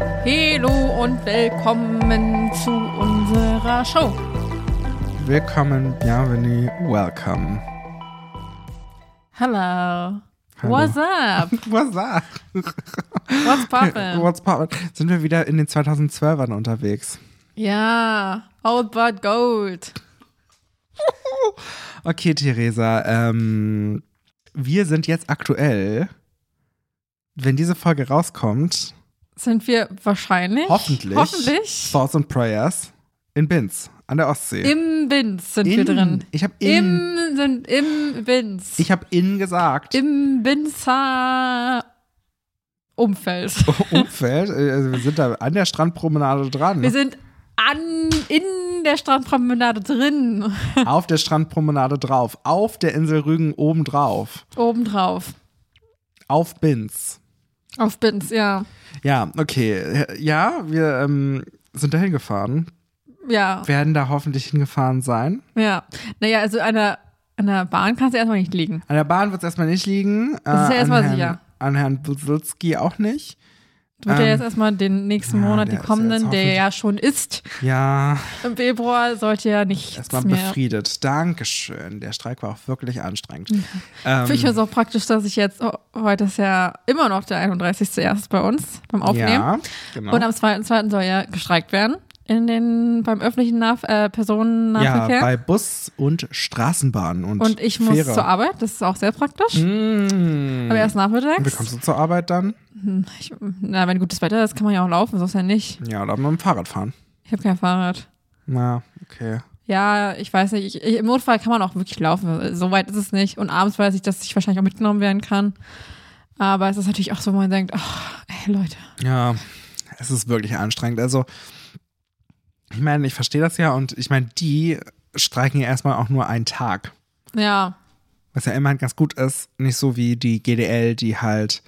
Hallo und willkommen zu unserer Show. Willkommen, bienvenue, welcome. Hello. Hallo. What's up? What's up? What's poppin'? What's poppin'? Sind wir wieder in den 2012ern unterwegs? Ja, old but gold. Okay, Theresa, ähm, wir sind jetzt aktuell, wenn diese Folge rauskommt, Sind wir wahrscheinlich? hoffentlich, Hoffentlich. Thoughts and Prayers in Binz an der Ostsee. Im Binz sind wir In- drin. Ich habe in, Im sind im Binz. ich hab in gesagt. Im Binzer Umfeld. Umfeld, äh, also wir sind da an der Strandpromenade dran. Wir sind an in der Strandpromenade drin. auf der Strandpromenade drauf, auf der Insel Rügen oben drauf, Obendrauf. auf Binz. Auf Binz, ja. Ja, okay. Ja, wir ähm, sind da hingefahren, Ja. werden da hoffentlich hingefahren sein. Ja, naja, also an der, an der Bahn kannst du erstmal nicht liegen. An der Bahn wird es erstmal nicht liegen. Das ist ja äh, erstmal an Herrn, sicher. An Herrn Busilski auch nicht. Du musst ja Ähm, jetzt erstmal den nächsten ja, Monat, der die ist kommenden, jetzt der hoffentlich- ja schon ist, Ja, im Februar sollte ja nichts erstmal mehr. befriedet. Dankeschön. Der Streik war auch wirklich anstrengend. Mhm. Ähm, Für mich ist auch praktisch, dass ich jetzt, oh, heute ist ja immer noch der 31. erst bei uns beim Aufnehmen. Ja, genau. Und am 2.2. soll ja gestreikt werden in den, beim öffentlichen Nav äh, ja, Personennahverkehr. bei Bus und Straßenbahn und und ich muss Fähre. zur Arbeit, das ist auch sehr praktisch. Mm. Aber erst Und Wie nachmittags. Hm, kommst du zur Arbeit dann? Ich, na, wenn gutes Wetter ist, kann man ja auch laufen, sonst ja nicht. Ja, oder mit dem Fahrrad fahren. Ich habe kein Fahrrad. Na, okay. Ja, ich weiß nicht. Ich, ich, Im Notfall kann man auch wirklich laufen. So weit ist es nicht. Und abends weiß ich, dass ich wahrscheinlich auch mitgenommen werden kann. Aber es ist natürlich auch so, wo man denkt, ach, ey Leute. Ja, es ist wirklich anstrengend. Also, ich meine, ich verstehe das ja und ich meine, die streiken ja erstmal auch nur einen Tag. Ja, Was ja immerhin ganz gut ist. Nicht so wie die GDL, die halt,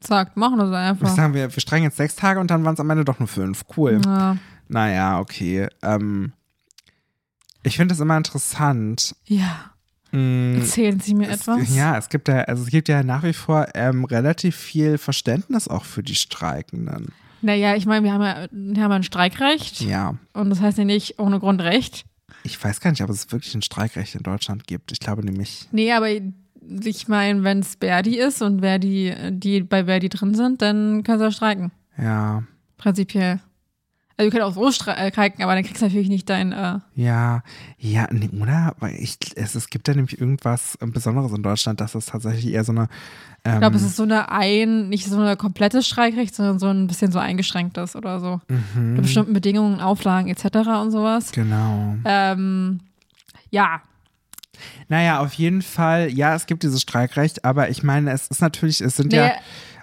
sagt, machen wir so was einfach. sagen wir, wir streiken jetzt sechs Tage und dann waren es am Ende doch nur fünf. Cool. Ja. Naja, okay. Ähm, ich finde es immer interessant. ja, mh, erzählen Sie mir Hm. es, etwas. Ja, es gibt ja, also es gibt ja nach wie vor ähm, relativ viel Verständnis auch für die Streikenden. Naja, ich meine, wir haben ja, wir haben ja ein Streikrecht. Ja. Und das heißt ja nicht ohne Grund Recht. Ich weiß gar nicht, ob es wirklich ein Streikrecht in Deutschland gibt. Ich glaube nämlich. Nee, aber ich meine, wenn es Verdi ist und Verdi, die bei Verdi drin sind, dann kannst du ja streiken. Ja, Prinzipiell. Also, du könntest auch so streiken, aber dann kriegst du natürlich nicht dein. Äh, ja, ja, nee, oder? Weil ich, es, es gibt ja nämlich irgendwas äh, Besonderes in Deutschland, dass es tatsächlich eher so eine. Ähm, Ich glaube, es ist so eine ein, nicht so eine komplettes Streikrecht, sondern so ein bisschen so eingeschränktes oder so. Mhm. Mit bestimmten Bedingungen, Auflagen etc. und sowas. Genau. Ähm, ja, Naja, auf jeden Fall, ja, es gibt dieses Streikrecht, aber ich meine, es ist natürlich, es sind ja. Naja.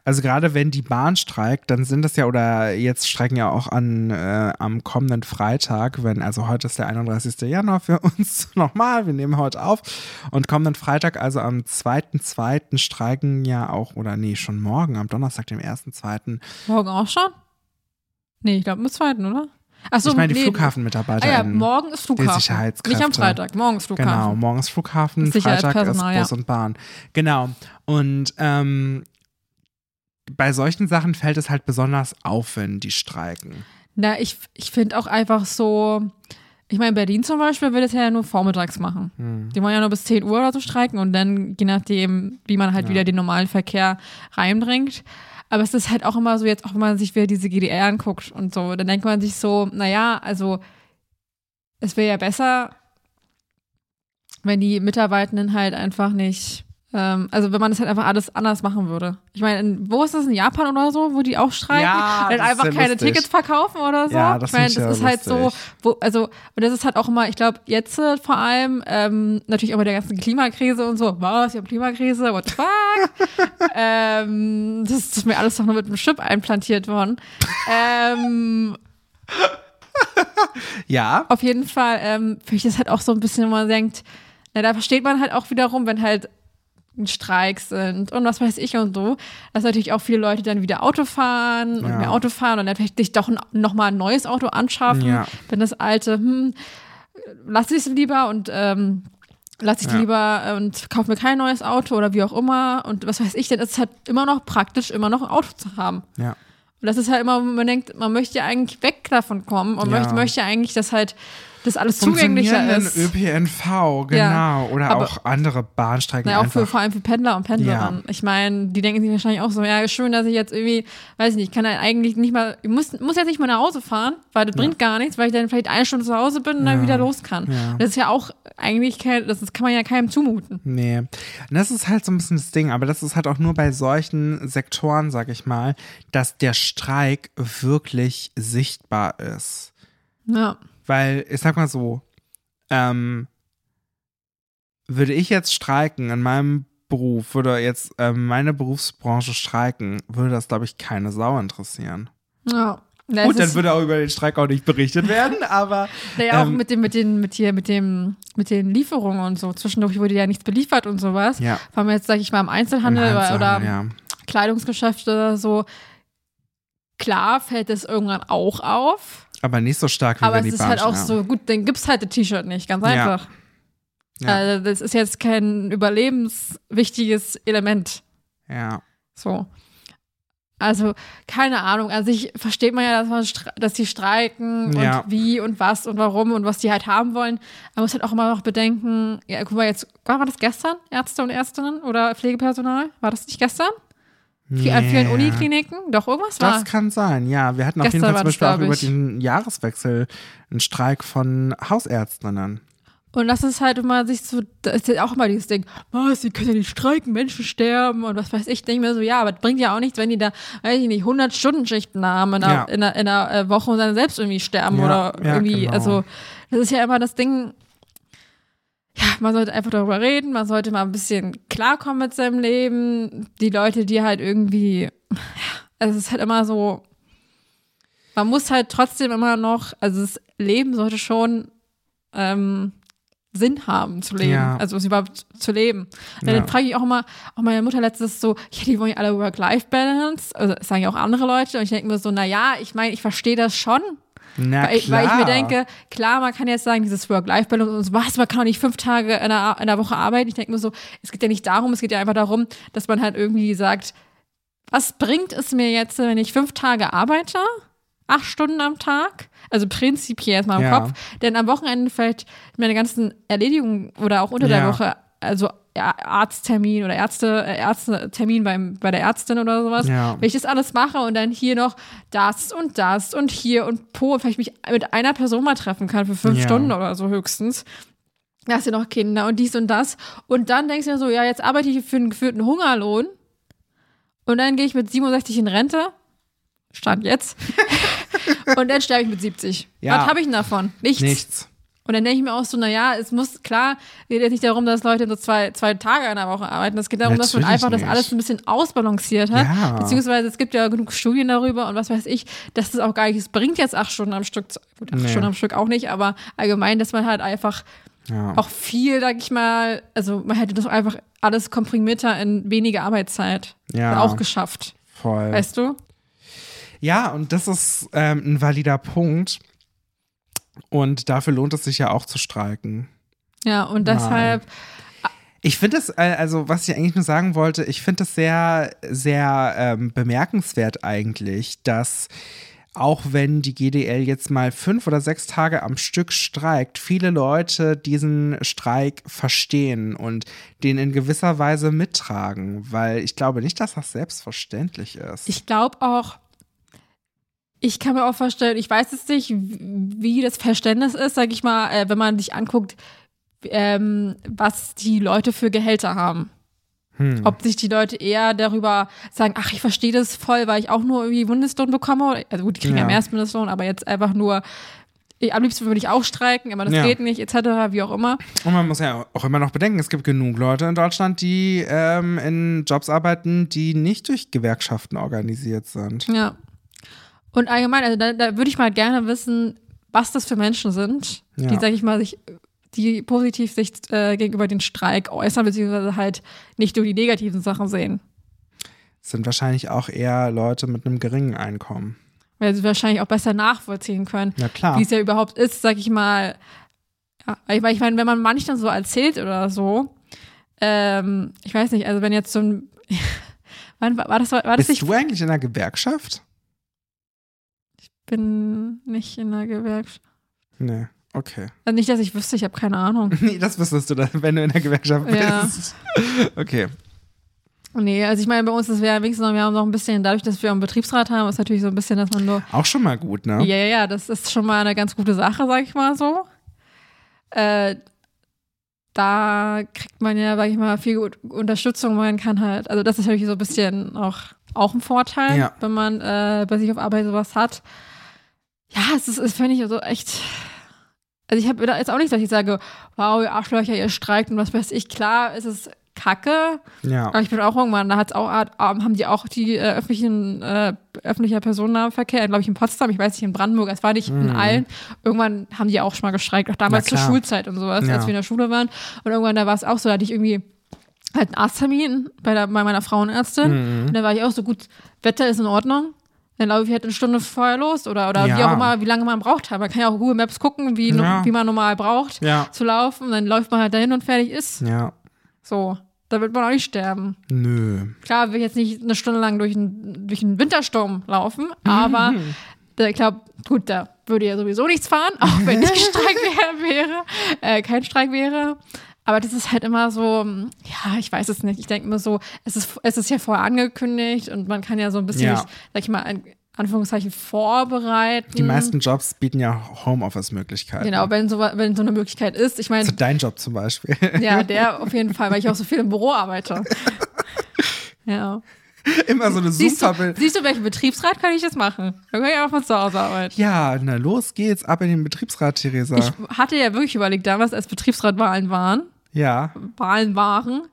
Also gerade wenn die Bahn streikt, dann sind das ja, oder jetzt streiken ja auch an, äh, am kommenden Freitag, wenn, also heute ist der 31. Januar für uns nochmal, wir nehmen heute auf. Und kommenden Freitag, also am 2.2. streiken ja auch, oder nee, schon morgen, am Donnerstag, dem 1.2. morgen auch schon? Nee, ich glaube am zweiten, oder? Achso, ich meine, die nee, Ah Flughafenmitarbeiter. ja, morgen ist Flughafen. Sicherheitskräfte. Nicht am Freitag, morgen ist Flughafen. Genau, morgens Flughafen, Freitag ist Bus Sicherheitspersonal, ja. und Bahn. Genau. Und ähm, bei solchen Sachen fällt es halt besonders auf, wenn die streiken. Na, ich, ich finde auch einfach so, ich meine, Berlin zum Beispiel will das ja nur vormittags machen. Mhm. Die wollen ja nur bis 10 Uhr oder so streiken und dann, je nachdem, wie man halt wieder den normalen Verkehr reinbringt. Aber es ist halt auch immer so, jetzt auch wenn man sich wieder diese GDR anguckt und so, dann denkt man sich so, naja, also es wäre ja besser, wenn die Mitarbeitenden halt einfach nicht, ähm, also wenn man das halt einfach alles anders machen würde. Ich meine, in- wo ist das in Japan oder so, wo die auch streiken? Ja, dann das ist einfach ja keine lustig. Tickets verkaufen oder so. Ja, das ich meine, das find ich ist ja halt so, lustig. wo, also, und das ist halt auch immer, ich glaube, jetzt äh, vor allem, ähm, natürlich auch bei der ganzen Klimakrise und so, was, wir haben Klimakrise, what the fuck? ähm, das ist mir alles doch nur mit einem Chip einplantiert worden. ähm, Ja. auf jeden Fall ähm, finde ich das halt auch so ein bisschen, wo man denkt, na, da versteht man halt auch wiederum, wenn halt Streiks sind und was weiß ich und so, dass natürlich auch viele Leute dann wieder Auto fahren und Ja. mehr Auto fahren und dann vielleicht sich doch nochmal ein neues Auto anschaffen, Ja. wenn das alte, hm, lass ich es lieber und ähm, lass ich Ja. lieber und kauf mir kein neues Auto oder wie auch immer und was weiß ich, denn es ist halt immer noch praktisch, immer noch ein Auto zu haben. Ja. Und Und das ist halt immer, man denkt, man möchte ja eigentlich weg davon kommen und Ja. möchte, möchte ja eigentlich, dass halt das alles zugänglicher Funktionierenden ist. ÖPNV, genau. Ja, Oder aber- auch andere Bahnstrecken. Na, auch für, einfach. vor allem für Pendler und Pendlerinnen. Ich meine, die denken sich wahrscheinlich auch so, ja, schön, dass ich jetzt irgendwie, weiß ich nicht, kann halt eigentlich nicht mal, ich muss, muss jetzt nicht mal nach Hause fahren, weil das bringt gar nichts, weil ich dann vielleicht eine Stunde zu Hause bin und dann wieder los kann. Ja. Das ist ja auch eigentlich, kein, das kann man ja keinem zumuten. Nee. Und das ist halt so ein bisschen das Ding, aber das ist halt auch nur bei solchen Sektoren, sag ich mal, dass der Streik wirklich sichtbar ist. Ja. Weil, ich sag mal so, ähm, würde ich jetzt streiken in meinem Beruf, würde jetzt ähm, meine Berufsbranche streiken, würde das, glaube ich, keine Sau interessieren. ja. Na, Gut, es dann ist- würde auch über den Streik auch nicht berichtet werden, aber Naja, auch Ähm, mit dem, mit den, mit hier, mit dem, mit den Lieferungen und so. Zwischendurch wurde ja nichts beliefert und sowas. Ja. Vor allem jetzt, sag ich mal, im im Einzelhandel, Einzelhandel, oder ja. Kleidungsgeschäfte oder so. Klar fällt es irgendwann auch auf, aber nicht so stark wie aber wenn es die ist halt auch Bahnstreik- so, gut, dann gibt's halt das T-Shirt nicht, ganz Ja. einfach. Ja. Also das ist jetzt kein überlebenswichtiges Element. Ja. So. Also, keine Ahnung. Also, ich versteht man ja, dass, man, stre- dass die streiken Ja. und wie und was und warum und was die halt haben wollen. Man muss halt auch immer noch bedenken, ja, guck mal, jetzt, war das gestern? Ärzte und Ärztinnen oder Pflegepersonal? War das nicht gestern? Viel- An vielen Nee. Unikliniken? Doch, irgendwas war. Das kann sein, ja. Wir hatten auf jeden Gestern Fall war zum das, Beispiel auch glaub über ich. den Jahreswechsel einen Streik von Hausärztinnen. Und das ist halt immer sich so, das ist ja auch immer dieses Ding, was, die können ja nicht streiken, Menschen sterben und was weiß ich. Denke mir so, ja, aber das bringt ja auch nichts, wenn die da, weiß ich nicht, 100 Stunden Schichten haben in einer, Ja. in einer, in einer äh, Woche und dann selbst irgendwie sterben Ja, oder ja, irgendwie, genau. also das ist ja immer das Ding, ja, man sollte einfach darüber reden, man sollte mal ein bisschen klarkommen mit seinem Leben. Die Leute, die halt irgendwie, also es ist halt immer so, man muss halt trotzdem immer noch, also das Leben sollte schon ähm, Sinn haben zu leben. Ja. Also es überhaupt zu leben. Und Ja. Dann frage ich auch immer, auch meine Mutter letztes so, ja, die wollen ja alle Work-Life-Balance, also das sagen ja auch andere Leute. Und ich denke mir so, na ja, ich meine, ich verstehe das schon. Na Weil, klar. weil ich mir denke, klar, man kann jetzt sagen, dieses Work-Life-Balance und so, was, man kann doch nicht fünf Tage in der, in der Woche arbeiten. Ich denke mir so, es geht ja nicht darum, es geht ja einfach darum, dass man halt irgendwie sagt, was bringt es mir jetzt, wenn ich fünf Tage arbeite, acht Stunden am Tag? Also prinzipiell erstmal im Ja. Kopf, denn am Wochenende vielleicht meine ganzen Erledigungen oder auch unter der Ja. Woche, also ja, Arzttermin oder Ärzte, äh, Ärztetermin beim, bei der Ärztin oder sowas, Ja. wenn ich das alles mache und dann hier noch das und das und hier und Po und vielleicht mich mit einer Person mal treffen kann für fünf Ja. Stunden oder so höchstens. Da hast du noch Kinder und dies und das. Und dann denkst du dir so, ja, jetzt arbeite ich für einen geführten Hungerlohn. Und dann gehe ich mit 67 in Rente. Stand jetzt. und dann sterbe ich mit 70. Ja. Was habe ich denn davon? Nichts. nichts. Und dann denke ich mir auch so, naja, es muss, klar, geht jetzt nicht darum, dass Leute nur zwei, zwei Tage in der Woche arbeiten. Es geht darum, dass man Natürlich einfach nicht. das alles ein bisschen ausbalanciert hat. Ja. Beziehungsweise es gibt ja genug Studien darüber und was weiß ich, dass es auch gar nicht, es bringt jetzt acht Stunden am Stück, zu- gut, acht Nee. Stunden am Stück auch nicht, aber allgemein, dass man halt einfach Ja. auch viel, sag ich mal, also man hätte das einfach alles komprimierter in weniger Arbeitszeit Ja. auch geschafft. Voll. Weißt du? Ja, und das ist ähm, ein valider Punkt. Und dafür lohnt es sich ja auch zu streiken. Ja, und deshalb, Ich finde es, äh, also was ich eigentlich nur sagen wollte, ich finde es sehr, sehr ähm, bemerkenswert eigentlich, dass auch wenn die GDL jetzt mal fünf oder sechs Tage am Stück streikt, viele Leute diesen Streik verstehen und den in gewisser Weise mittragen, weil ich glaube nicht, dass das selbstverständlich ist. Ich glaube auch, ich kann mir auch vorstellen, ich weiß jetzt nicht, wie das Verständnis ist, sag ich mal, äh, wenn man sich anguckt, ähm, was die Leute für Gehälter haben. Hm. Ob sich die Leute eher darüber sagen, ach, ich verstehe das voll, weil ich auch nur irgendwie Mindestlohn bekomme. Also gut, die kriegen ja, Ja. mehr als Mindestlohn, aber jetzt einfach nur, ich, am liebsten würde ich auch streiken, aber das Ja. geht nicht, etc., wie auch immer. Und man muss ja auch immer noch bedenken, es gibt genug Leute in Deutschland, die ähm, in Jobs arbeiten, die nicht durch Gewerkschaften organisiert sind. Ja. Und allgemein, also da, da würde ich mal gerne wissen, was das für Menschen sind, die, Ja. sag ich mal, sich, die positiv sich äh, gegenüber den Streik äußern, beziehungsweise halt nicht nur die negativen Sachen sehen. Es sind wahrscheinlich auch eher Leute mit einem geringen Einkommen. Weil sie wahrscheinlich auch besser nachvollziehen können, Na klar. wie es ja überhaupt ist, sag ich mal. Ja, weil ich- weil ich meine, wenn man manchmal so erzählt oder so, ähm, ich weiß nicht, also wenn jetzt so ein. Wann, war war das, war das Bist nicht du eigentlich in einer Gewerkschaft? bin nicht in der Gewerkschaft. Nee, okay. Also nicht, dass ich wüsste, ich habe keine Ahnung. Nee, das wüsstest du dann, wenn du in der Gewerkschaft Ja. bist. Okay. Nee, also ich meine, bei uns, das wäre wenigstens noch, wir haben noch ein bisschen, dadurch, dass wir einen Betriebsrat haben, ist natürlich so ein bisschen, dass man nur, Auch schon mal gut, ne? ja, ja, ja, das ist schon mal eine ganz gute Sache, sag ich mal so. Äh, da kriegt man ja, sag ich mal, viel gut Unterstützung, man kann halt, also das ist natürlich so ein bisschen auch, auch ein Vorteil, Ja. wenn man äh, bei sich auf Arbeit sowas hat. Ja, es ist, es finde ich also echt, also ich habe jetzt auch nicht, dass ich sage, wow, ihr Arschlöcher, ihr streikt und was weiß ich, klar, es ist kacke, Ja. aber ich bin auch irgendwann, da hat's auch, ähm, haben die auch die äh, öffentlichen, äh, öffentlicher Personennahverkehr, glaube ich, in Potsdam, ich weiß nicht, in Brandenburg, es war nicht in allen. Irgendwann haben die auch schon mal gestreikt, auch damals Hm. zur Na klar. Schulzeit und sowas, Ja. als wir in der Schule waren. Und irgendwann, da war es auch so, da hatte ich irgendwie halt einen Arzttermin bei, der, bei meiner Frauenärztin. Hm. Und da war ich auch so, gut, Wetter ist in Ordnung. Dann laufe ich halt eine Stunde vorher los oder, oder wie Ja. auch immer, wie lange man braucht. halt. Man kann ja auch Google Maps gucken, wie, Ja. wie man normal braucht Ja. Hm. zu laufen. Dann läuft man halt dahin und fertig ist. Ja. So, da wird man auch nicht sterben. Nö. Klar will ich jetzt nicht eine Stunde lang durch einen, durch einen Wintersturm laufen, aber Mhm. da, ich glaube, gut, da würde ja sowieso nichts fahren, auch wenn nicht Streik wär- wäre, äh, kein Streik wäre. Aber das ist halt immer so, mm, ja, ich weiß es nicht. Ich denke immer so, es ist, es ist ja vorher angekündigt und man kann ja so ein bisschen, Ja. sich, sag ich mal, in Anführungszeichen vorbereiten. Die meisten Jobs bieten ja Homeoffice-Möglichkeiten. Mhm. Genau, wenn so, wenn so eine Möglichkeit ist. Ich meine, Also dein Job zum Beispiel. ja, der auf jeden Fall, weil ich auch so viel im Büro arbeite. Ja. Immer so eine Siehst super. du, siehst du, welchen Betriebsrat kann ich jetzt machen? Dann kann ich einfach von zu Hause arbeiten. Ja, na los geht's, ab in den Betriebsrat, Theresa. Ich hatte ja wirklich überlegt, damals, als Betriebsratwahlen waren, ja, Wahlen waren,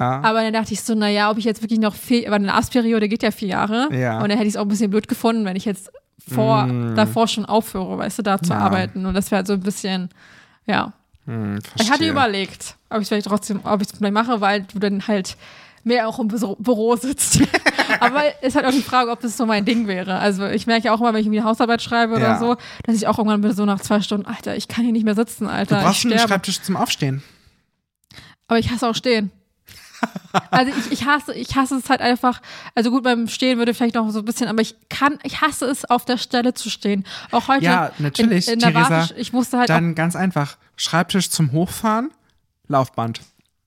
ja. aber dann dachte ich so, naja, ob ich jetzt wirklich noch vier, aber eine Asperiode geht ja vier Jahre. Ja. Mm. Und dann hätte ich es auch ein bisschen blöd gefunden, wenn ich jetzt vor, davor schon aufhöre, weißt du, da zu Ja. arbeiten. Und das wäre halt so ein bisschen, ja. Hm, Ich hatte verstehe. überlegt, ob ich es vielleicht trotzdem, ob ich es vielleicht mache, weil du dann halt mehr auch im Bus- Büro sitzt. Aber es ist halt auch die Frage, ob das so mein Ding wäre. Also ich merke ja auch immer, wenn ich irgendwie Hausarbeit schreibe Ja. oder so, dass ich auch irgendwann bin so nach zwei Stunden, Alter, ich kann hier nicht mehr sitzen, Du Alter, ich brauchst einen sterbe. Schreibtisch zum Aufstehen. Aber ich hasse auch Stehen. Also ich, ich hasse, ich hasse es halt einfach. Also gut, beim Stehen würde vielleicht noch so ein bisschen, aber ich kann, ich hasse es, auf der Stelle zu stehen. Auch heute. Ja, natürlich, in, in der Theresa. Wartesch- Ich musste halt. Auch, Dann ganz einfach, Schreibtisch zum Hochfahren, Laufband.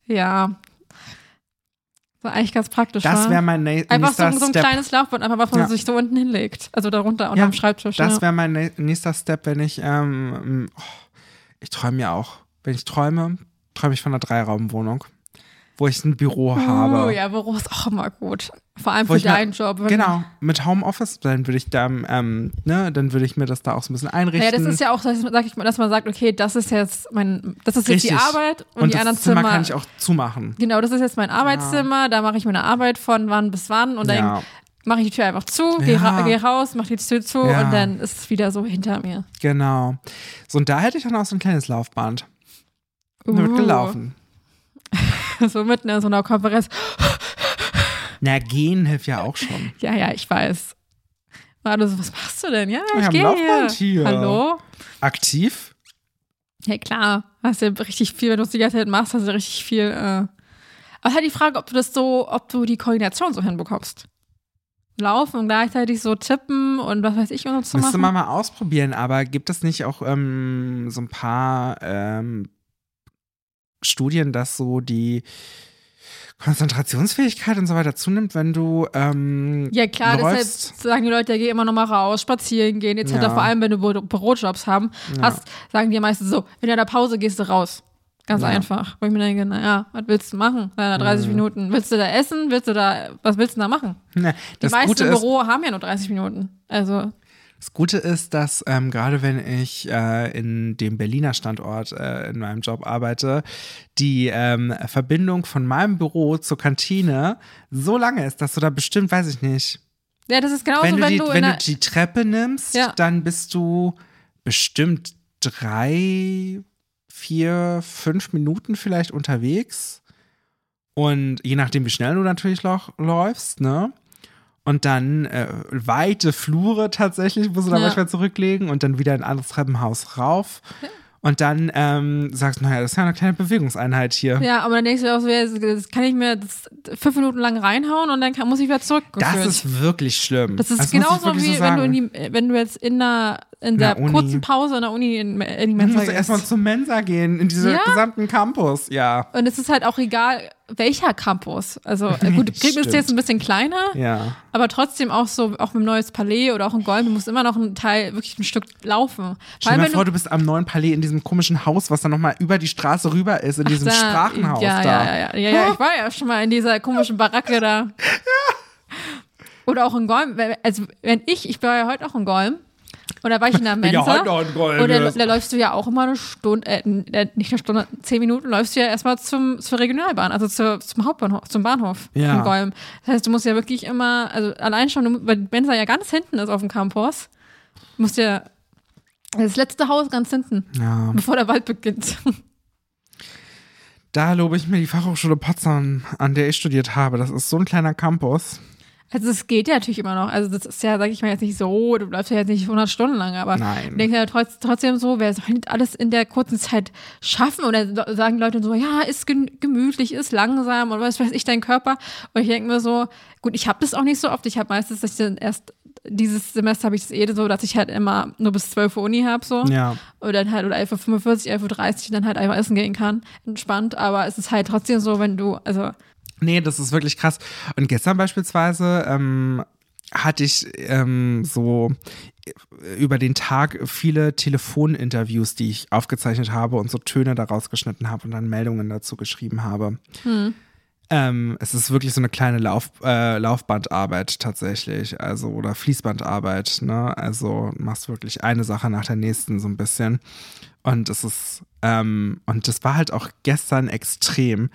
ja. War eigentlich ganz praktisch. Das wa? wäre mein nä- Einfach so, nächster so ein Step. kleines Laufband, einfach was man Ja. sich so unten hinlegt. Also darunter und Ja, am Schreibtisch. ne? Das Ja. wäre mein nä- nächster Step, wenn ich, ähm, oh, ich träume ja auch. Wenn ich träume, träume ich von einer Dreiraumwohnung, wo ich ein Büro Oh, habe. ja, Büro ist auch immer gut. Vor allem Wo für ich mir- deinen Job. Wenn- Genau, mit Homeoffice, dann würde ich da, ähm, ne, dann würde ich mir das da auch so ein bisschen einrichten. Naja, das ist ja auch, dass- sag ich mal, dass man sagt, okay, das ist jetzt mein, das ist jetzt die Richtig. Arbeit und, Und die das anderen Zimmer Zimmer. kann ich auch zumachen. genau, das ist jetzt mein Arbeitszimmer, da mache ich meine Arbeit von wann bis wann und Ja. dann mache ich die Tür einfach zu, gehe Ja. ra geh raus, mache die Tür zu Ja. und dann ist es wieder so hinter mir. Genau. So, und da hätte ich dann auch so ein kleines Laufband. Da wird Uh. gelaufen. So mitten in so einer Konferenz. Na, gehen hilft ja auch schon. Ja, ja, ich weiß. Warte, so, was machst du denn? Ja, Wir ich haben gehe hier. Laufband hier. Hallo? Aktiv? Ja, klar. Hast ja richtig viel, wenn du es die ganze Zeit machst, hast du richtig viel. Äh. Aber halt die Frage, ob du das so, ob du die Koordination so hinbekommst. Laufen und gleichzeitig so tippen und was weiß ich und so zu Müsste machen. man mal ausprobieren, aber gibt es nicht auch ähm, so ein paar ähm, Studien, dass so die Konzentrationsfähigkeit und so weiter zunimmt, wenn du ähm, ja, klar, deshalb läufst? sagen die Leute, ja, geh immer noch mal raus, spazieren gehen, etc. Ja. Vor allem, wenn du Bü- Bürojobs haben, hast, sagen die ja meistens so, wenn du in der Pause gehst du raus. Ganz Ja. Mhm. einfach. Wo ich mir denke, naja, was willst du machen? Na, 30 Minuten. Willst du da essen? Willst du da, was willst du da machen? Ne, Die das meisten Gute ist, Büro haben ja nur 30 Minuten. Also, Das Gute ist, dass ähm, gerade wenn ich äh, in dem Berliner Standort äh, in meinem Job arbeite, die ähm, Verbindung von meinem Büro zur Kantine so lange ist, dass du da bestimmt, weiß ich nicht, ja, das ist genauso, wenn, wenn, du, die, du in wenn du der, die Treppe nimmst, Ja. dann bist du bestimmt drei, vier, fünf Minuten vielleicht unterwegs. Und je nachdem, wie schnell du natürlich noch läufst, ne? Und dann äh, weite Flure tatsächlich, musst du da Ja. manchmal zurücklegen und dann wieder in ein anderes Treppenhaus rauf. Und dann ähm, sagst du, naja, das ist ja eine kleine Bewegungseinheit hier. Ja, aber dann denkst du dir auch so, ja, das kann ich mir das fünf Minuten lang reinhauen und dann kann, muss ich wieder zurück. Das ist wirklich schlimm. das ist muss ich genauso wirklich wie so wenn, du sagen. in die, wenn du jetzt in der, in Na, der Uni. kurzen Pause in der Uni in, in die Du Mensa musst gehst. erstmal zum Mensa gehen, in diesen Ja. gesamten Campus, ja. Und es ist halt auch egal, welcher Campus. Also äh, gut, Bremen ist Stimmt. jetzt ein bisschen kleiner, Ja. aber trotzdem auch so, auch mit dem neues Palais oder auch in Golden, du musst immer noch einen Teil, wirklich ein Stück laufen. Vor Stell allem, dir mal wenn vor, du bist am neuen Palais in diesem komischen Haus, was dann nochmal über die Straße rüber ist, in diesem da- Sprachenhaus ja, Ja, da. ja, ja, ja, ja, ich war ja schon mal in dieser komischen Baracke da. Oder auch in Golm. Wenn- Also, wenn ich, ich war ja heute auch in Golm. Und da war ich in der Bin ja Mensa. heute auch in Golm, Und da, ja. da läufst du ja auch immer eine Stunde, äh, äh, nicht eine Stunde, zehn Minuten, läufst du ja erstmal zum, zur Regionalbahn, also zur, zum Hauptbahnhof, zum Bahnhof Ja. in Golm. Das heißt, du musst ja wirklich immer, also allein schon, du- weil die Mensa ja ganz hinten ist auf dem Campus, musst ja das letzte Haus ganz hinten, ja. bevor der Wald beginnt. Da lobe ich mir die Fachhochschule Potsdam, an der ich studiert habe. Das ist so ein kleiner Campus. Also es geht ja natürlich immer noch. Also das ist ja, sag ich mal, jetzt nicht so, du bleibst ja jetzt nicht 100 Stunden lang, aber Nein. ich denke ja trotz, trotzdem so, wer soll nicht alles in der kurzen Zeit schaffen? Oder so- sagen Leute so, ja, ist gen- gemütlich, ist langsam oder was weiß ich, dein Körper. Und ich denke mir so, gut, ich habe das auch nicht so oft. Ich habe meistens, dass ich dann erst dieses Semester habe ich das eh so, dass ich halt immer nur bis 12 Uhr Uni habe so. Ja. Oder dann halt, oder 11.45 Uhr, 11.30 Uhr, dann halt einfach essen gehen kann. Entspannt. Aber es ist halt trotzdem so, wenn du, also Nee, das ist wirklich krass. Und gestern beispielsweise ähm, hatte ich ähm, so äh, über den Tag viele Telefoninterviews, die ich aufgezeichnet habe und so Töne daraus geschnitten habe und dann Meldungen dazu geschrieben habe. Ähm, es ist wirklich so eine kleine Lauf, äh, Laufbandarbeit tatsächlich, also oder Fließbandarbeit, ne? Also machst wirklich eine Sache nach der nächsten so ein bisschen. Und es ist, ähm, und das war halt auch gestern extrem,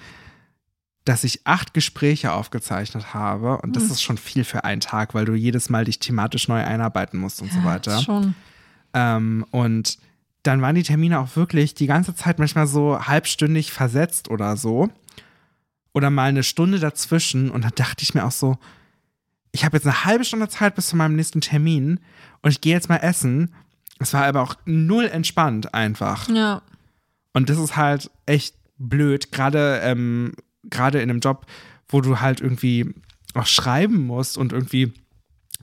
dass ich acht Gespräche aufgezeichnet habe und das ist schon viel für einen Tag, weil du jedes Mal dich thematisch neu einarbeiten musst und so weiter. schon. Ähm, und dann waren die Termine auch wirklich die ganze Zeit manchmal so halbstündig versetzt oder so. Oder mal eine Stunde dazwischen. Und dann dachte ich mir auch so, ich habe jetzt eine halbe Stunde Zeit bis zu meinem nächsten Termin und ich gehe jetzt mal essen. Es war aber auch null entspannt einfach. Ja. Und das ist halt echt blöd, gerade ähm, gerade in einem Job, wo du halt irgendwie auch schreiben musst und irgendwie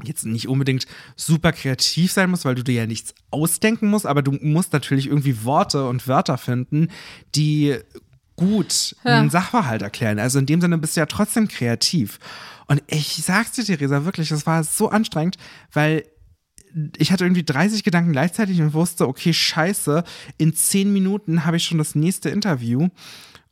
jetzt nicht unbedingt super kreativ sein musst, weil du dir ja nichts ausdenken musst, aber du musst natürlich irgendwie Worte und Wörter finden, die gut Ja. einen Sachverhalt erklären. Also in dem Sinne bist du ja trotzdem kreativ. Und ich sag's dir, Theresa, wirklich, das war so anstrengend, weil ich hatte irgendwie 30 Gedanken gleichzeitig und wusste, okay, scheiße, in 10 Minuten habe ich schon das nächste Interview.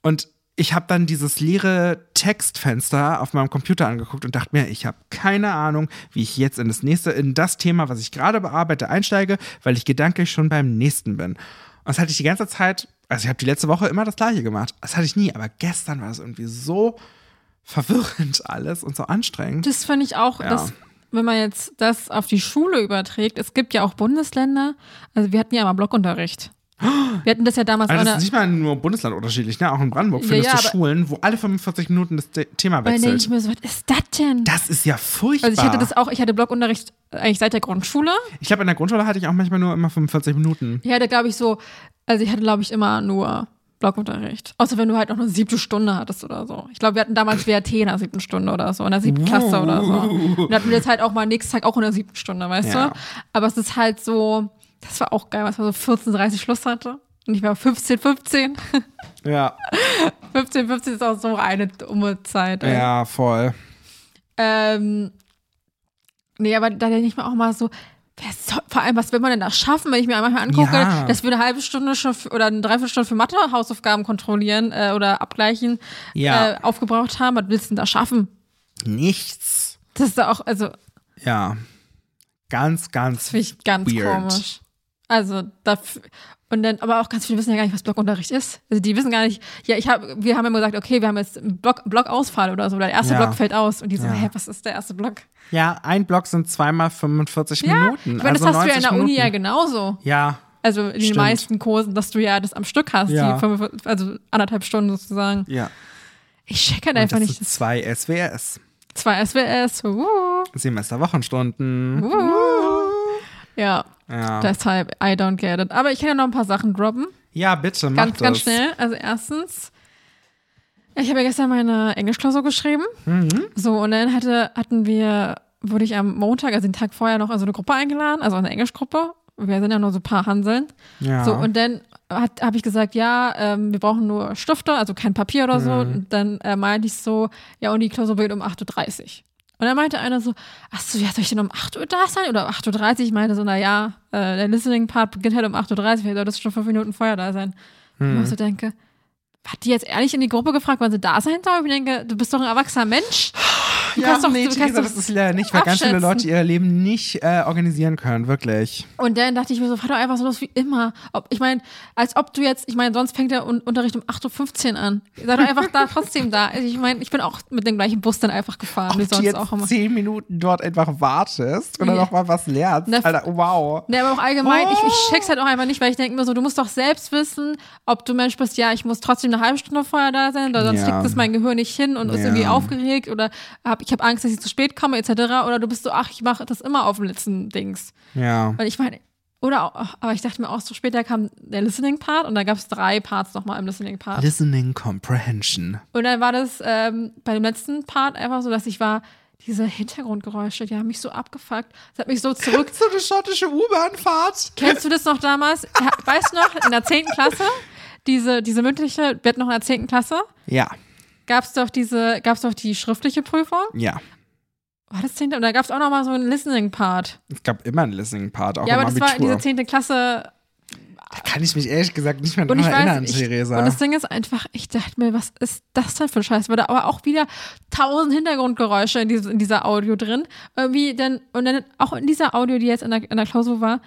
Und ich habe dann dieses leere Textfenster auf meinem Computer angeguckt und dachte mir, ich habe keine Ahnung, wie ich jetzt in das nächste, in das Thema, was ich gerade bearbeite, einsteige, weil ich gedanklich schon beim nächsten bin. Und das hatte ich die ganze Zeit, also ich habe die letzte Woche immer das gleiche gemacht. Das hatte ich nie, aber gestern war das irgendwie so verwirrend alles und so anstrengend. Das finde ich auch, Ja. dass, wenn man jetzt das auf die Schule überträgt, es gibt ja auch Bundesländer, also wir hatten ja mal Blockunterricht. Wir hatten das ja damals Aber an Ah, das der- ist nicht mal nur Bundesland unterschiedlich, ne? Auch in Brandenburg Ja, ja, findest du aber- Schulen, wo alle 45 Minuten das The- Thema weil da denke wechselt. ich mir so, was ist das denn? das ist ja furchtbar. also ich hatte das auch, ich hatte Blockunterricht eigentlich seit der Grundschule. ich glaube, in der Grundschule hatte ich auch manchmal nur immer 45 Minuten. Ich hatte, glaube ich, so, also ich hatte, glaube ich, immer nur Blockunterricht. Außer wenn du halt noch eine siebte Stunde hattest oder so. Ich glaube, wir hatten damals WRT in der siebten Stunde oder so, in der siebten Klasse oder so. Und dann hatten wir das halt auch mal nächsten Tag auch in der siebten Stunde, weißt Ja. du? Aber es ist halt so, das war auch geil, was man so 14.30 Schluss hatte. Und ich war 15, 15. Ja, 15, 15 ist auch so eine dumme Zeit. ey. ja, voll. Ähm, nee, aber da denke ich mir auch mal so, wer soll, vor allem, was will man denn da schaffen, wenn ich mir manchmal angucke, Ja. dass wir eine halbe Stunde schon für, oder eine Dreiviertelstunde für Mathe-Hausaufgaben kontrollieren äh, oder abgleichen Ja. äh, aufgebraucht haben. Was willst du denn da schaffen? Nichts. Das ist da auch, also, Ja. Ganz, ganz. finde ich ganz Weird. komisch. Also, da. f- Und dann, aber auch ganz viele wissen ja gar nicht, was Blockunterricht ist. Also die wissen gar nicht, ja, ich habe, wir haben immer gesagt, okay, wir haben jetzt einen Block, Blockausfall oder so, oder der erste Ja. Block fällt aus. Und die so, Ja. hä, was ist der erste Block? Ja, ein Block sind zweimal 45 Minuten. Ich meine, also das hast du ja in 90 der Uni ja Minuten. genauso. Ja, Also in den Stimmt. meisten Kursen, dass du ja das am Stück hast, Ja. die 45, also anderthalb Stunden sozusagen. ja. Ich checke halt Und einfach das nicht. sind zwei SWS. Zwei SWS. Uh, Semesterwochenstunden. uh. Ja, Ja. deshalb, I don't get it. Aber ich kann ja noch ein paar Sachen droppen. Ja, bitte, mach Ganz, das. ganz schnell. Also erstens, ich habe ja gestern meine Englischklausur geschrieben. Mhm. So, und dann hatte, hatten wir, wurde ich am Montag, also den Tag vorher noch in so eine Gruppe eingeladen, also eine Englischgruppe. Wir sind ja nur so ein paar Hanseln. Ja. So, und dann habe ich gesagt, ja, ähm, wir brauchen nur Stifte, also kein Papier oder so. Mhm. Und dann äh, meinte ich so, ja, und die Klausur beginnt um 8.30 Uhr. Und dann meinte einer so, ach so, ja, soll ich denn um 8 Uhr da sein? Oder 8.30 Uhr? Ich meinte so, naja, äh, der Listening-Part beginnt halt um 8.30 Uhr, vielleicht solltest du schon fünf Minuten vorher da sein. Mhm. Und ich so denke, hat die jetzt ehrlich in die Gruppe gefragt, wann sie da sein soll? Und ich denke, du bist doch ein erwachsener Mensch. Du ja, kannst doch, nee, du Theresa, kannst doch das ist leider nicht, weil ganz viele abschätzen. Leute ihr Leben nicht äh, organisieren können, wirklich. Und dann dachte ich mir so, fahr doch einfach so los wie immer. Ob, ich meine, als ob du jetzt, ich meine, sonst fängt der Un Unterricht um 8.15 Uhr an. Sei doch einfach da, trotzdem da. Also ich meine, ich bin auch mit dem gleichen Bus dann einfach gefahren, wie Ob du sonst jetzt auch immer. zehn Minuten dort einfach wartest oder Ja. noch mal was lernst. Na, Alter, wow. Ne, aber auch allgemein, ich, ich Oh. check's halt auch einfach nicht, weil ich denke mir so, du musst doch selbst wissen, ob du Mensch bist, ja, ich muss trotzdem eine halbe Stunde vorher da sein, oder sonst Ja. kriegt es mein Gehirn nicht hin und ist Ja. irgendwie aufgeregt oder hab, ich habe Angst, dass ich zu spät komme, etc. Oder du bist so, ach, ich mache das immer auf dem letzten Dings. Ja. Weil ich meine, oder auch, aber ich dachte mir auch, so später kam der Listening-Part und da gab es drei Parts nochmal im Listening-Part. Listening Comprehension. Und dann war das ähm, bei dem letzten Part einfach so, dass ich war, diese Hintergrundgeräusche, die haben mich so abgefuckt. Das hat mich so zurück. So eine schottische U-Bahn-Fahrt. Kennst du das noch damals? Ja, Weißt du noch, in der 10. Klasse, diese, diese mündliche, wird noch in der 10. Klasse, Ja, gab es doch diese, gab es doch die schriftliche Prüfung. ja. War das 10. Und da gab es auch nochmal so einen Listening-Part. Es gab immer einen Listening-Part, auch Ja, im aber das war Abitur. diese 10. Klasse da kann ich mich ehrlich gesagt nicht mehr Und dran ich weiß, erinnern, ich, Theresa. und das Ding ist einfach, ich dachte mir, was ist das denn für ein Scheiß? Weil da aber auch wieder tausend Hintergrundgeräusche in, diesem, in dieser Audio drin. Irgendwie denn, und dann auch in dieser Audio, die jetzt in der, in der Klausur war,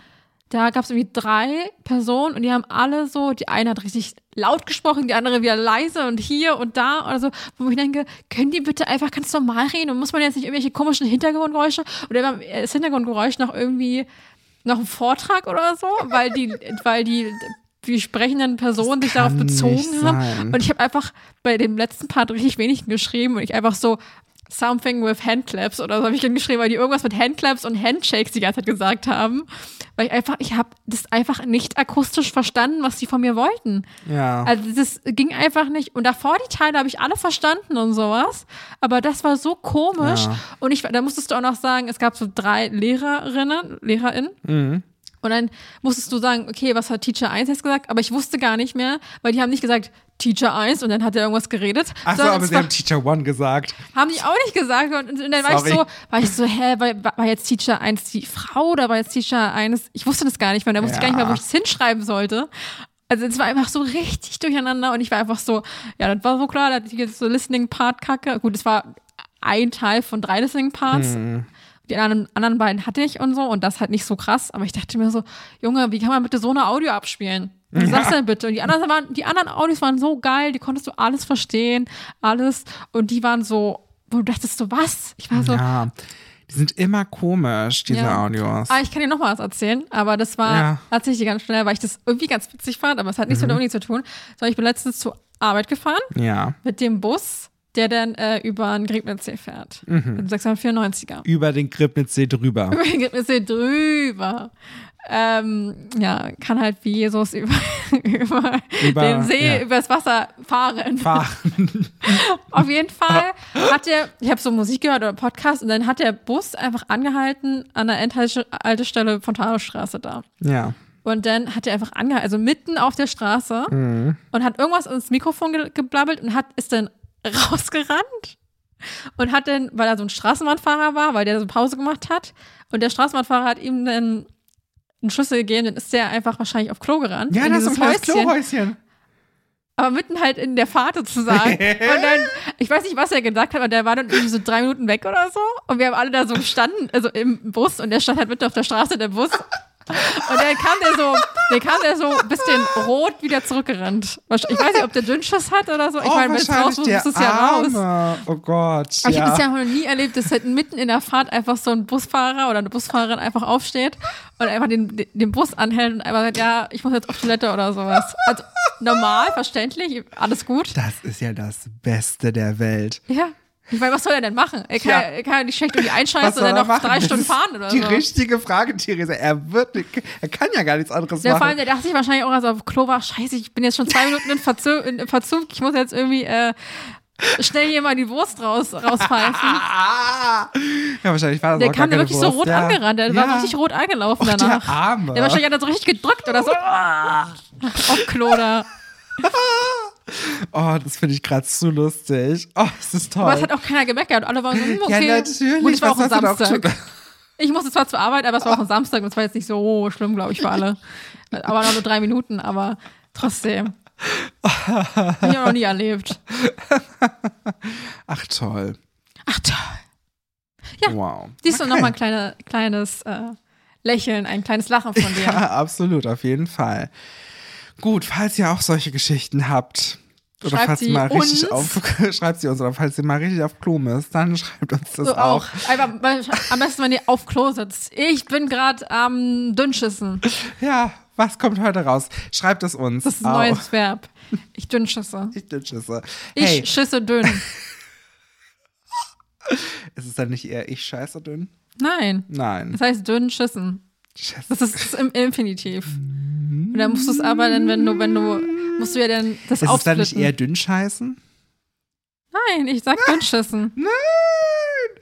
da gab es irgendwie drei Personen und die haben alle so, die eine hat richtig laut gesprochen, die andere wieder leise und hier und da oder so, wo ich denke, können die bitte einfach ganz normal reden und muss man jetzt nicht irgendwelche komischen Hintergrundgeräusche oder wenn man das Hintergrundgeräusch noch irgendwie noch einen Vortrag oder so, weil die, weil die, die sprechenden Personen sich darauf kann bezogen nicht haben. sein. Und ich habe einfach bei dem letzten Part richtig wenig geschrieben und ich einfach so Something with Handclaps oder so habe ich dann geschrieben, weil die irgendwas mit Handclaps und Handshakes die ganze Zeit gesagt haben. Weil ich einfach, ich habe das einfach nicht akustisch verstanden, was die von mir wollten. ja. Also das ging einfach nicht. Und davor die Teile habe ich alle verstanden und sowas. Aber das war so komisch. Ja. Und ich, da musstest du auch noch sagen, es gab so drei Lehrerinnen, LehrerInnen. Mhm. Und dann musstest du sagen, okay, was hat Teacher 1 jetzt gesagt? Aber ich wusste gar nicht mehr, weil die haben nicht gesagt, Teacher 1 und dann hat er irgendwas geredet. Achso, sondern aber es sie war- haben Teacher One gesagt. haben die auch nicht gesagt. Und, und dann war ich, Sorry. so, war ich so, hä, war, war jetzt Teacher 1 die Frau oder war jetzt Teacher 1? Ich wusste das gar nicht mehr. Da wusste ich Ja. gar nicht mehr, wo ich es hinschreiben sollte. Also es war einfach so richtig durcheinander und ich war einfach so, ja, das war so klar, da hatte ich jetzt so Listening-Part-Kacke. Gut, es war ein Teil von drei Listening-Parts. Mhm. Die anderen, anderen beiden hatte ich und so und das halt nicht so krass, aber ich dachte mir so, Junge, wie kann man bitte so eine Audio abspielen? Wie sagst du denn bitte? Und die anderen, waren, die anderen Audios waren so geil, die konntest du alles verstehen, alles. Und die waren so, wo du dachtest so, was? Ich war so, Ja. Die sind immer komisch, diese Ja. Audios. ah, ich kann dir noch mal was erzählen, aber das war Ja. Mhm. tatsächlich ganz schnell, weil ich das irgendwie ganz witzig fand, aber es hat nichts mit der Uni zu tun. Sondern ich bin letztens zur Arbeit gefahren Ja. mit dem Bus, der dann äh, über den Griebnitzsee fährt. Mhm. Also Mit dem 694er. Über den Gribnitzsee drüber. Über den Griebnitzsee drüber. Ähm, ja, kann halt wie Jesus über, über, Über- den See, ja. übers Wasser fahren. Fahren. Auf jeden Fall hat der, ich habe so Musik gehört oder Podcast und dann hat der Bus einfach angehalten an der Endhaltestelle Fontanostraße da. Ja. Und dann hat er einfach angehalten, also mitten auf der Straße Mhm. und hat irgendwas ins Mikrofon ge geblabbelt und hat, ist dann rausgerannt und hat dann, weil er so ein Straßenbahnfahrer war, weil der so Pause gemacht hat und der Straßenbahnfahrer hat ihm dann einen Schlüssel gegeben, dann ist der einfach wahrscheinlich auf Klo gerannt. Ja, in das ist ein dieses kleines Häuschen. Klohäuschen. Aber mitten halt in der Fahrt sozusagen. und dann, ich weiß nicht, was er gesagt hat, aber der war dann irgendwie so drei Minuten weg oder so. Und wir haben alle da so gestanden, also im Bus und der stand halt mitten auf der Straße, der Bus. Und dann kam der so, dann kam der so ein bisschen rot wieder zurückgerannt. Wahrsch- Ich weiß nicht, ob der Dünnschuss hat oder so. Ich meine, wenn es raus muss, muss es ja raus. Oh, Arme. Oh Gott. Aber ich habe ja. das ja noch nie erlebt, dass halt mitten in der Fahrt einfach so ein Busfahrer oder eine Busfahrerin einfach aufsteht und einfach den, den- den Bus anhält und einfach sagt, ja, ich muss jetzt auf Toilette oder sowas. Also normal, verständlich, alles gut. das ist ja das Beste der Welt. Ja. Ich meine, was soll er denn machen? Er kann ja, er kann ja nicht schlecht irgendwie einschalten und dann noch drei Stunden fahren oder Die so. richtige Frage, Theresa. Er wird, nicht- er kann ja gar nichts anderes Ja, vor allem, machen. der dachte sich wahrscheinlich auch, als er auf Klo war, scheiße, ich bin jetzt schon zwei Minuten in Verzug, in im Verzug ich muss jetzt irgendwie äh, schnell hier mal die Wurst raus, rauspfeifen. Ah! Ja, wahrscheinlich war das Der kam da auch gar keine wirklich so Wurst. rot ja. angerannt, der Ja. war richtig rot angelaufen Och, danach. Der Arme. Ah. Der wahrscheinlich hat er so richtig gedrückt oder so. Auf Klo da. oh, das finde ich gerade zu lustig. Oh, das ist toll. Aber es hat auch keiner gemeckert. Alle waren so, hm, okay. Ja, natürlich. Gut, es war auch ein was hast du da Oh. auch Samstag. zu- Ich musste zwar zur Arbeit, aber es war auch ein Samstag und es war jetzt nicht so schlimm, glaube ich, für alle. Aber noch nur drei Minuten, aber trotzdem. Hab ich auch noch nie erlebt. Ach, toll. Ach toll. Ja. Wow. Siehst du Okay. nochmal ein kleine, kleines äh, Lächeln, ein kleines Lachen von dir. ne? Ja, absolut, auf jeden Fall. Gut, falls ihr auch solche Geschichten habt, oder Schreibt falls sie ihr mal richtig uns. auf, schreibt sie uns, oder falls ihr mal richtig auf Klo müsst, dann schreibt uns das so auch. auch. Einfach, weil, am besten, wenn ihr auf Klo sitzt. Ich bin gerade am Dünnschissen. Ja, was kommt heute raus? Schreibt es uns. Das ist ein Au. neues Verb. Ich dünnschisse. Ich schisse. Ich Hey, schisse dünn. ist es dann nicht eher ich scheiße dünn? Nein. Nein. Das heißt dünn schissen. Scheiße. Das ist, das ist im Infinitiv. Und dann musst du es aber dann, wenn du, wenn du, musst du ja dann das Ist es dann nicht aufsplitten. eher dünn scheißen? Nein, ich sag Dünnschissen. Nein!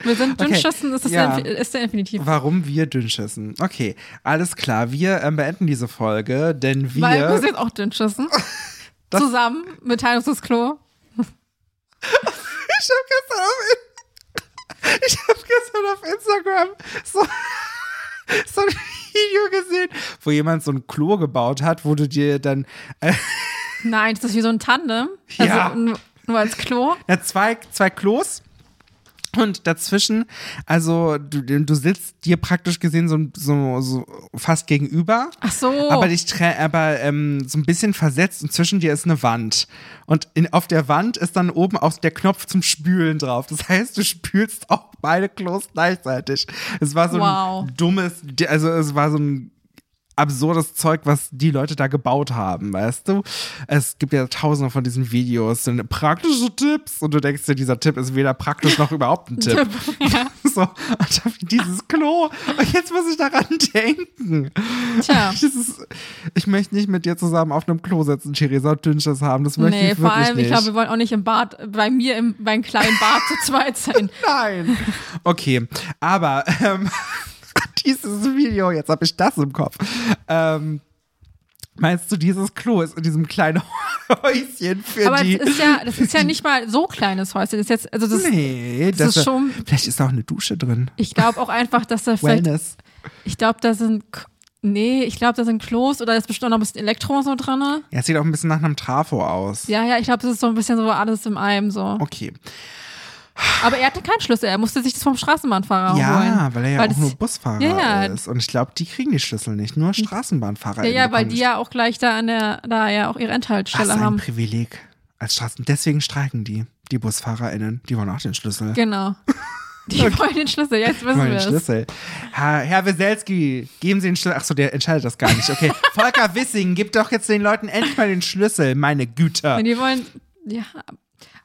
Wir sind Okay. Dünnschissen, ist, das Ja. der, Infi- ist der Infinitiv. Warum wir dünn schissen? Okay, alles klar. Wir ähm, beenden diese Folge, denn wir. Weil wir sind jetzt auch Dünnschissen. Zusammen mit Teilos das Klo. Ich habe gestern auf, In ich hab gestern auf Instagram so, so ein Video gesehen, wo jemand so ein Klo gebaut hat, wo du dir dann äh, Nein, das ist wie so ein Tandem. Also Ja. n- nur als Klo. ja, äh, zwei, zwei Klos und dazwischen, also du, du sitzt dir praktisch gesehen so, so, so fast gegenüber. Ach so. Aber, dich tre- aber ähm, so ein bisschen versetzt und zwischen dir ist eine Wand. Und in, auf der Wand ist dann oben auch der Knopf zum Spülen drauf. Das heißt, du spülst auch beide Klos gleichzeitig. Es war so Wow. ein dummes, also es war so ein absurdes Zeug, was die Leute da gebaut haben, weißt du? Es gibt ja tausende von diesen Videos, sind praktische Tipps und du denkst dir, dieser Tipp ist weder praktisch noch überhaupt ein Tipp. so, und dann dieses Klo. Und jetzt muss ich daran denken. Tja. Das ist, ich möchte nicht mit dir zusammen auf einem Klo sitzen, Theresa, und Dünnschiss haben. Das möchte Nee, ich vor wirklich allem, nicht. ich glaube, wir wollen auch nicht im Bad, bei mir im, beim kleinen Bad zu zweit sein. Nein. Okay, aber ähm, dieses Video, jetzt habe ich das im Kopf. Ähm, meinst du, dieses Klo ist in diesem kleinen Häuschen für Aber die? das ist ja, das ist ja nicht mal so kleines Häuschen. Das ist jetzt, also das, nee, das ist wär- schon- Vielleicht ist da auch eine Dusche drin. ich glaube auch einfach, dass da vielleicht Wellness. Ich glaube, da sind. K- Nee, ich glaube, da sind Klos oder da ist bestimmt auch noch ein bisschen Elektro und so drin. Ja, es sieht auch ein bisschen nach einem Trafo aus. Ja, ja, ich glaube, das ist so ein bisschen so alles im einem so. Okay. Aber er hatte keinen Schlüssel, er musste sich das vom Straßenbahnfahrer ja, holen. weil er ja auch das- nur Busfahrer Ja, ja. ist. Und ich glaube, die kriegen die Schlüssel nicht, nur Straßenbahnfahrer. Ja, ja, weil bekommen die ja auch gleich da an der, da ja auch ihre Das ist Endhaltestelle ein haben. Privileg als Straßen. Deswegen streiken die, die BusfahrerInnen. Die wollen auch den Schlüssel. Genau. Die wollen den Schlüssel, jetzt Die wissen wollen wir den es. Schlüssel. Herr, Herr Weselski, geben Sie den Schlüssel. Achso, der entscheidet das gar nicht. Okay. Volker Wissing, gib doch jetzt den Leuten endlich mal den Schlüssel, meine Güter. Und die wollen. Ja.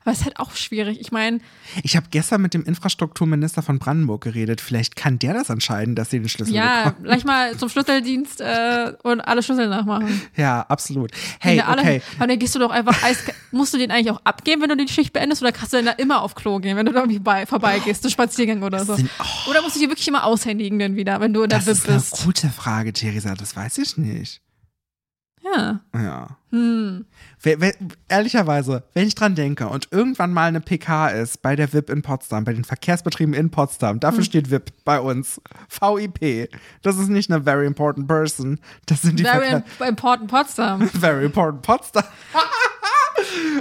Aber es ist halt auch schwierig. Ich meine, Ich habe gestern mit dem Infrastrukturminister von Brandenburg geredet. Vielleicht kann der das entscheiden, dass sie den Schlüssel ja, bekommen. gleich mal zum Schlüsseldienst äh, und alle Schlüssel nachmachen. Ja, absolut. Hey, Ja, alle, okay. Aber dann gehst du doch einfach eiskalt. Musst du den eigentlich auch abgeben, wenn du die Schicht beendest? Oder kannst du denn da immer auf Klo gehen, wenn du da irgendwie bei, vorbeigehst, zum Spaziergang oder so? sind- oh, Oder musst du die wirklich immer aushändigen denn wieder, wenn du in der Das VIP ist eine bist? gute Frage, Theresa. Das weiß ich nicht. Ja. Ja. Hm. Wer, wer, ehrlicherweise, wenn ich dran denke und irgendwann mal eine PK ist bei der WIP in Potsdam, bei den Verkehrsbetrieben in Potsdam, Hm. dafür steht WIP bei uns. VIP. Das ist nicht eine very important person. Das sind die Very Verkehr im- important Potsdam. very important Potsdam.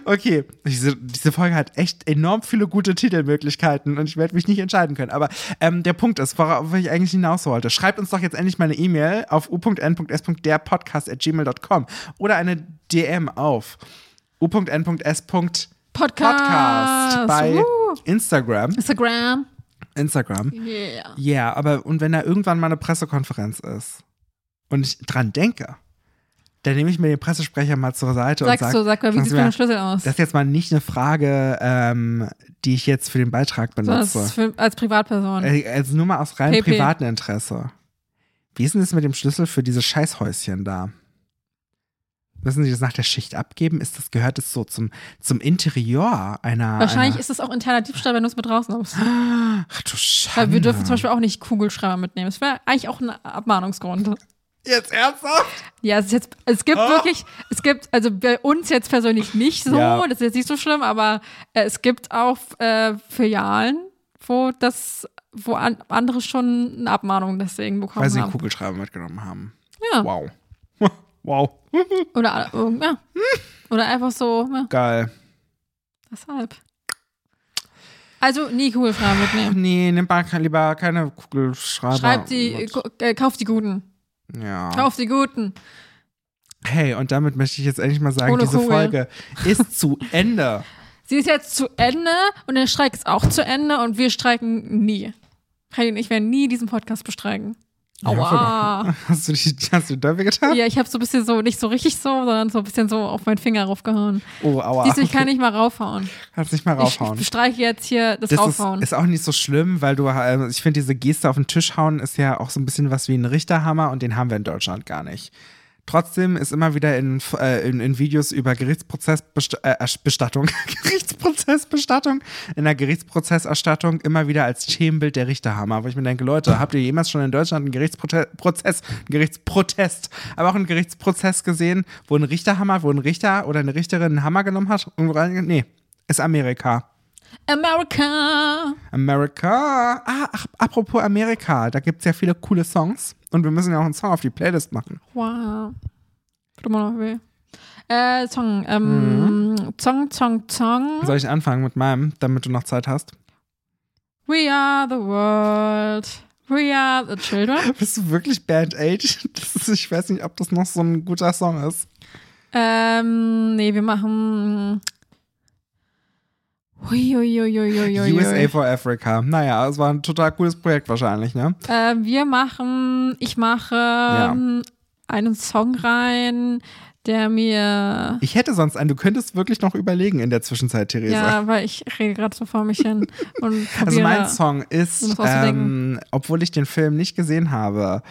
okay, diese, diese Folge hat echt enorm viele gute Titelmöglichkeiten und ich werde mich nicht entscheiden können. Aber ähm, der Punkt ist, worauf ich eigentlich hinaus wollte. Schreibt uns doch jetzt endlich mal eine E-Mail auf u.n.s.derpodcast.gmail.com oder eine DM auf u.n.s. Podcast. Podcast bei Uh. Instagram. Instagram. Instagram. Yeah. Ja, aber und wenn da irgendwann mal eine Pressekonferenz ist und ich dran denke, Dann nehme ich mir den Pressesprecher mal zur Seite Sagst und du, sage, sag mal, wie sieht dein Schlüssel aus? das ist jetzt mal nicht eine Frage, ähm, die ich jetzt für den Beitrag Sondern benutze. es ist für, als Privatperson. Äh, Also nur mal aus rein PP. privaten Interesse. Wie ist denn das mit dem Schlüssel für dieses Scheißhäuschen da? Müssen Sie das nach der Schicht abgeben? Ist das gehört es so zum, zum Interieur einer? Wahrscheinlich einer ist es auch interner Diebstahl, wenn du es mit rausnimmst. Ah, Ach du Weil Scheiße. wir dürfen zum Beispiel auch nicht Kugelschreiber mitnehmen. Das wäre eigentlich auch ein Abmahnungsgrund. Jetzt ernsthaft? Ja, es, ist jetzt, es gibt Ah. wirklich, es gibt, also bei uns jetzt persönlich nicht so, Ja. das ist jetzt nicht so schlimm, aber äh, es gibt auch äh, Filialen, wo das, wo an, andere schon eine Abmahnung deswegen bekommen Weil Sie einen haben. Kugelschreiber mitgenommen haben. Ja. Wow. wow. Oder, äh, ja. Oder einfach so, ja, Geil. deshalb. Also nie Kugelschreiber mitnehmen. Nee, nimm mal ke- lieber keine Kugelschreiber. Schreibt die, äh, ku- äh, kauft die guten. Ja. Kauft die guten. Hey, und damit möchte ich jetzt endlich mal sagen, Ohne diese Kugel. Folge ist zu Ende. Sie ist jetzt zu Ende und der Streik ist auch zu Ende und wir streiken nie. Heidi und ich werden nie diesen Podcast bestreiken. hoffe doch. Aua. Hast du die, hast du die Däumel getan? Ja, ich habe so ein bisschen so, nicht so richtig so, sondern so ein bisschen so auf meinen Finger raufgehauen. Oh, aua. Siehst du, ich kann nicht mal raufhauen. Kannst nicht mal Ich, raufhauen. ich bestreiche jetzt hier das, das ist, Raufhauen. ist auch nicht so schlimm, weil du, äh, ich finde, diese Geste auf den Tisch hauen ist ja auch so ein bisschen was wie ein Richterhammer und den haben wir in Deutschland gar nicht. Trotzdem ist immer wieder in, äh, in, in Videos über Gerichtsprozessbestattung, äh, Bestattung, Gerichtsprozessbestattung, in der Gerichtsprozesserstattung immer wieder als Themenbild der Richterhammer, wo ich mir denke, Leute, habt ihr jemals schon in Deutschland einen Gerichtsprozess, Gerichtsprotest, aber auch einen Gerichtsprozess gesehen, wo ein Richterhammer, wo ein Richter oder eine Richterin einen Hammer genommen hat? Und rein, nee, ist Amerika. America! America. Ah, ach, apropos Amerika, da gibt es ja viele coole Songs. Und wir müssen ja auch einen Song auf die Playlist machen. Wow. Tut mir noch weh. Äh, Song, ähm, Mhm. Song, Song, Song. Soll ich anfangen mit meinem, damit du noch Zeit hast? We are the world. We are the children. Bist du wirklich Band Aid? Das ist, ich weiß nicht, ob das noch so ein guter Song ist. ähm, nee, wir machen. Hui, hui, hui, hui, hui, hui, USA hui. for Africa. Naja, es war ein total cooles Projekt wahrscheinlich, ne? Äh, wir machen, ich mache ähm, einen Song rein, der mir. Ich hätte sonst einen, du könntest wirklich noch überlegen in der Zwischenzeit, Theresa. Ja, weil ich rede gerade so vor mich hin und probiere. Also mein Song Um ist, es auszudenken. ähm, obwohl ich den Film nicht gesehen habe,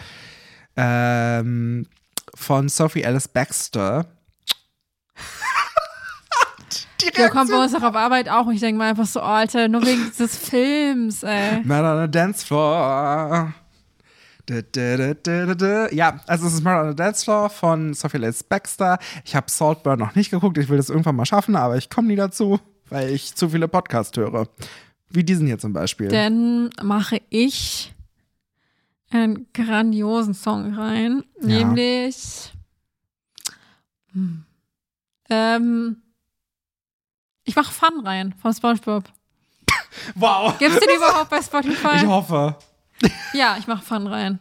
ähm, von Sophie Alice Baxter. Die Der kommt bei uns auch auf Arbeit auch und ich denke mir einfach so, oh, Alter, nur wegen dieses Films, ey. Murder on the Dance Floor. Da, da, da, da, da, da. Ja, also es ist Murder on the Dance Floor von Sophie Alice Baxter. Ich habe Saltburn noch nicht geguckt. Ich will das irgendwann mal schaffen, aber ich komme nie dazu, weil ich zu viele Podcasts höre. Wie diesen hier zum Beispiel. Dann mache ich einen grandiosen Song rein, Ja. nämlich hm, ähm, ich mache Fun rein von SpongeBob. wow. Gibt's den überhaupt bei Ich Spotify? hoffe. Ja, ich mache Fun rein.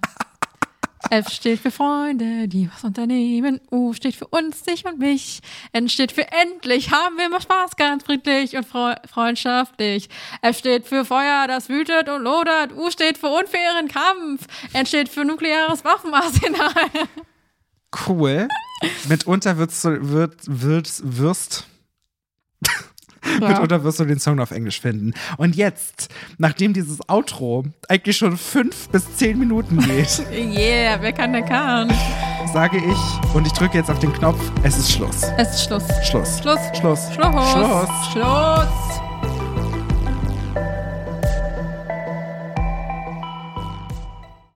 F steht für Freunde, die was unternehmen. U steht für uns, dich und mich. N steht für endlich, haben wir immer Spaß, ganz friedlich und freu freundschaftlich. F steht für Feuer, das wütet und lodert. U steht für unfairen Kampf. N steht für nukleares Waffenarsenal. cool. Mitunter wirst du, wird, wird, wirst, mitunter wirst du den Song auf Englisch finden. Und jetzt, nachdem dieses Outro eigentlich schon fünf bis zehn Minuten geht, Yeah, wer kann, der kann. sage ich, und ich drücke jetzt auf den Knopf, es ist Schluss. Es ist Schluss. Schluss. Schluss. Schluss. Schluss. Schluss. Schluss.